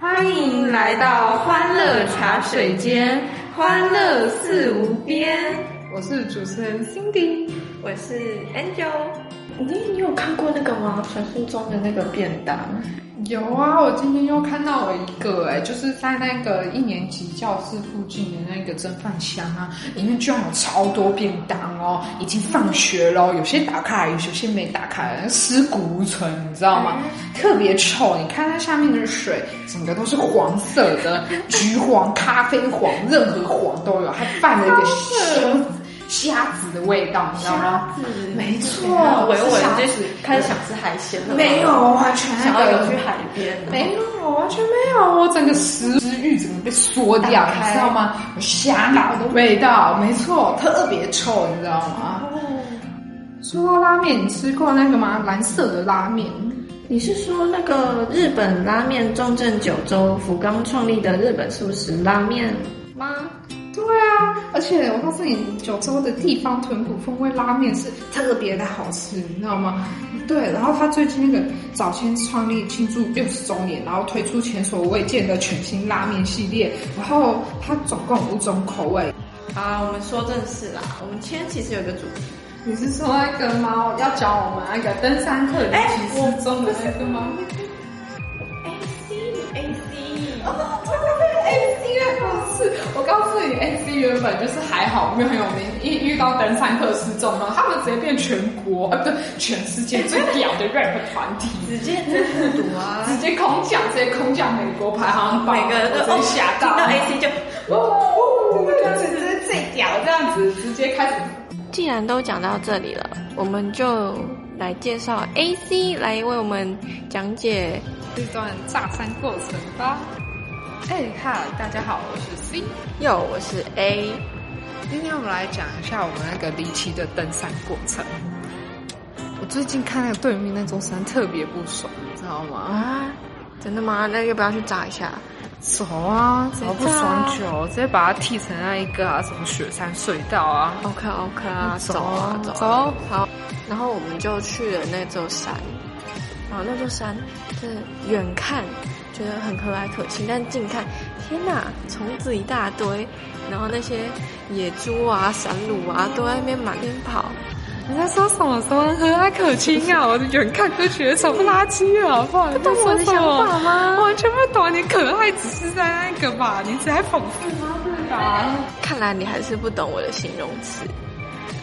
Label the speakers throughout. Speaker 1: 欢迎来到欢乐茶水间，欢乐似无边。
Speaker 2: 我是主持人 Cindy。
Speaker 1: 我是 Angel，
Speaker 3: 你你有看过那个吗？传说中的那个便当？
Speaker 2: 有啊，我今天又看到了一个、哎，就是在那个一年级教室附近的那个蒸饭箱啊，里面居然有超多便当哦，已经放学了哦，有些打开，有些没打开，尸骨无存，你知道吗？特别臭，你看它下面的水，整个都是黄色 的，橘黄、咖啡黄，任何黄都有，还泛了一个虾虾子的味道，你知道吗？没错，
Speaker 3: 维
Speaker 2: 是
Speaker 3: 稳
Speaker 2: 虾
Speaker 3: 就
Speaker 2: 子
Speaker 3: 是开始想吃海鲜了，
Speaker 2: 没有，，完全那
Speaker 3: 想
Speaker 2: 个
Speaker 3: 要游去海边，
Speaker 2: 没有，完全没有，我整个食食欲整个被缩掉，
Speaker 3: 打开
Speaker 2: 你知道吗？有虾脑的味道，没错，特别臭，你知道吗？说到拉面，你吃过那个吗？蓝色的拉面，
Speaker 3: 你是说那个日本拉面重镇九州福冈创立的日本素食拉面吗？
Speaker 2: 对啊，而且我告诉你，九州的地方豚骨风味拉面是特别的好吃，你知道吗？对，然后他最近那个早先创立庆祝六十周年，然后推出前所未见的全新拉面系列，然后它总共有五种口味，
Speaker 3: 啊，我们说正事啦，我们今天其实有一个主题，
Speaker 2: 你是说那个猫要教我们那个登山客的骑士中的那个吗？哎我告诉你，A C 原本就是还好，没有很有名。一遇到登山客失踪呢，他们直接变全国，呃，不对，全世界最屌的 rap 团体，
Speaker 3: 直接真复读啊，
Speaker 2: 直接空降，直接空降美国排行榜，
Speaker 3: 每个人都
Speaker 2: 哦我真吓
Speaker 3: 听
Speaker 2: 到，
Speaker 3: 到 AC 就。
Speaker 2: 哦，这是最屌，这样子直接开始
Speaker 4: 既然都讲到这里了，我们就来介绍 AC 来为我们讲解。
Speaker 2: 这段炸山过程吧。哎哈，大家好，我是 C。
Speaker 4: 哟，我是 A，
Speaker 2: 今天我们来讲一下我们那个离奇的登山过程。我最近看那个对面那座山特别不爽，你知道吗？
Speaker 4: 啊，真的吗？那要不要去炸一下？
Speaker 2: 走啊，走不爽久，直接把它剃成那一个啊，什么雪山隧道啊。
Speaker 4: OK OK 啊，
Speaker 2: 走
Speaker 4: 走啊
Speaker 2: 啊
Speaker 4: 走啊
Speaker 2: 走
Speaker 4: 好，然后我们就去了那座山，然后那座山就是呃远看觉得很和蔼可亲，但近看天哪，虫子一大堆，然后那些野猪啊、山鹿啊都在那边满天跑，
Speaker 2: 你在说什么什么和蔼可亲啊？我远看就觉得什么垃圾啊，好不好？你在
Speaker 4: 懂我
Speaker 2: 说
Speaker 4: 的
Speaker 2: 什
Speaker 4: 想
Speaker 2: 么？
Speaker 4: 法吗？
Speaker 2: 完全不懂，你可爱只是在那个吧，你只在讽刺吗？对吧？
Speaker 4: 看来你还是不懂我的形容词。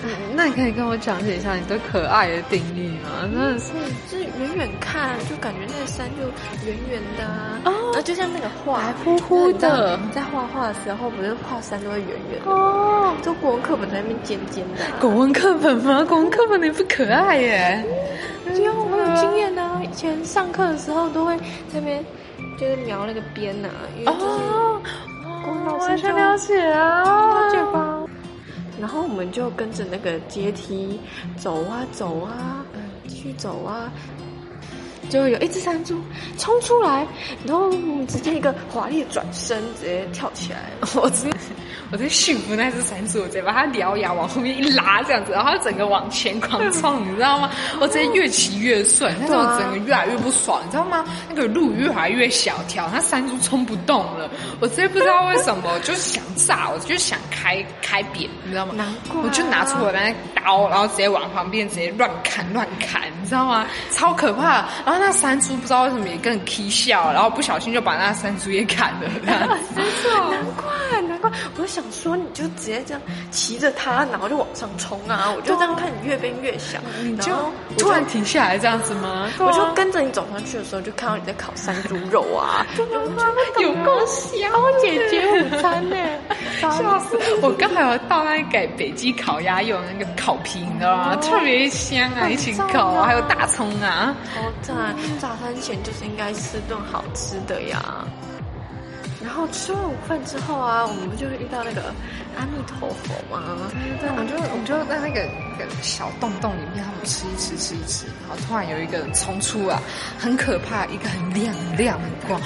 Speaker 2: 嗯那你可以跟我讲解一下你对可爱的定义吗？真
Speaker 4: 嗯
Speaker 2: 的是。
Speaker 4: 就是远远看，就感觉那个山就圆圆的、啊，然后就像那个画，白
Speaker 2: 乎乎的
Speaker 4: 你在画画的时候，不是画山都会圆圆的，
Speaker 2: 哦，
Speaker 4: 就国文课本在那边尖尖的、啊。
Speaker 2: 国文课本吗？国文课本你不可爱耶。
Speaker 4: 因为我有经验啊，以前上课的时候都会在那边就是描那个边呐、啊，因为就是、
Speaker 2: 哦，
Speaker 4: 国文
Speaker 2: 我
Speaker 4: 老
Speaker 2: 完
Speaker 4: 师就
Speaker 2: 全了解啊。
Speaker 4: 了解吧。然后我们就跟着那个阶梯走啊走啊，继续走啊，就有一只山猪冲出来，然后我们直接一个华丽的转身，直接跳起来。
Speaker 2: 我直接，我在驯服那只山猪，我直接把它獠牙往后面一拉，这样子，然后它整个往前狂冲，你知道吗？我直接越骑越顺，但是
Speaker 4: 对
Speaker 2: 我
Speaker 4: 啊
Speaker 2: 整个越来越不爽，你知道吗？那个路越来越小条，那山猪冲不动了，我直接不知道为什么，我就想炸，我就想开开扁，你知道吗？
Speaker 4: 难怪啊
Speaker 2: 我就拿出我的那刀，然后直接往旁边直接乱砍乱砍，你知道吗？超可怕！然后那山猪不知道为什么也更 k 笑，然后不小心就把那山猪也砍了，这样子。
Speaker 4: 难怪难怪，我就想说你就直接这样骑着它，然后就往上冲啊！我就这样看你越变越小，
Speaker 2: 你就
Speaker 4: 然后我
Speaker 2: 突然停下来这样子吗？
Speaker 4: 我就跟着你走上去的时候，就看到你在烤山猪肉啊，
Speaker 2: 有够香，我
Speaker 4: 姐姐午餐呢、
Speaker 2: 笑死！我刚才有到那个给北极烤鸭用那个烤皮，你知道吗？特别香啊，一起烤啊，还有大葱啊。
Speaker 4: 超赞！早餐前就是应该吃顿好吃的呀。然后吃完午饭之后啊，我们不就会遇到那个阿弥陀佛吗？
Speaker 2: 对，我就我就在那个那个小洞洞里面，他们吃一吃吃一吃，然后突然有一个人冲出来，很可怕，一个很亮很亮的光。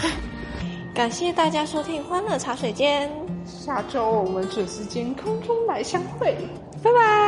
Speaker 4: 感谢大家收听《欢乐茶水间》。
Speaker 2: 下周我们准时间空中来相会，拜拜。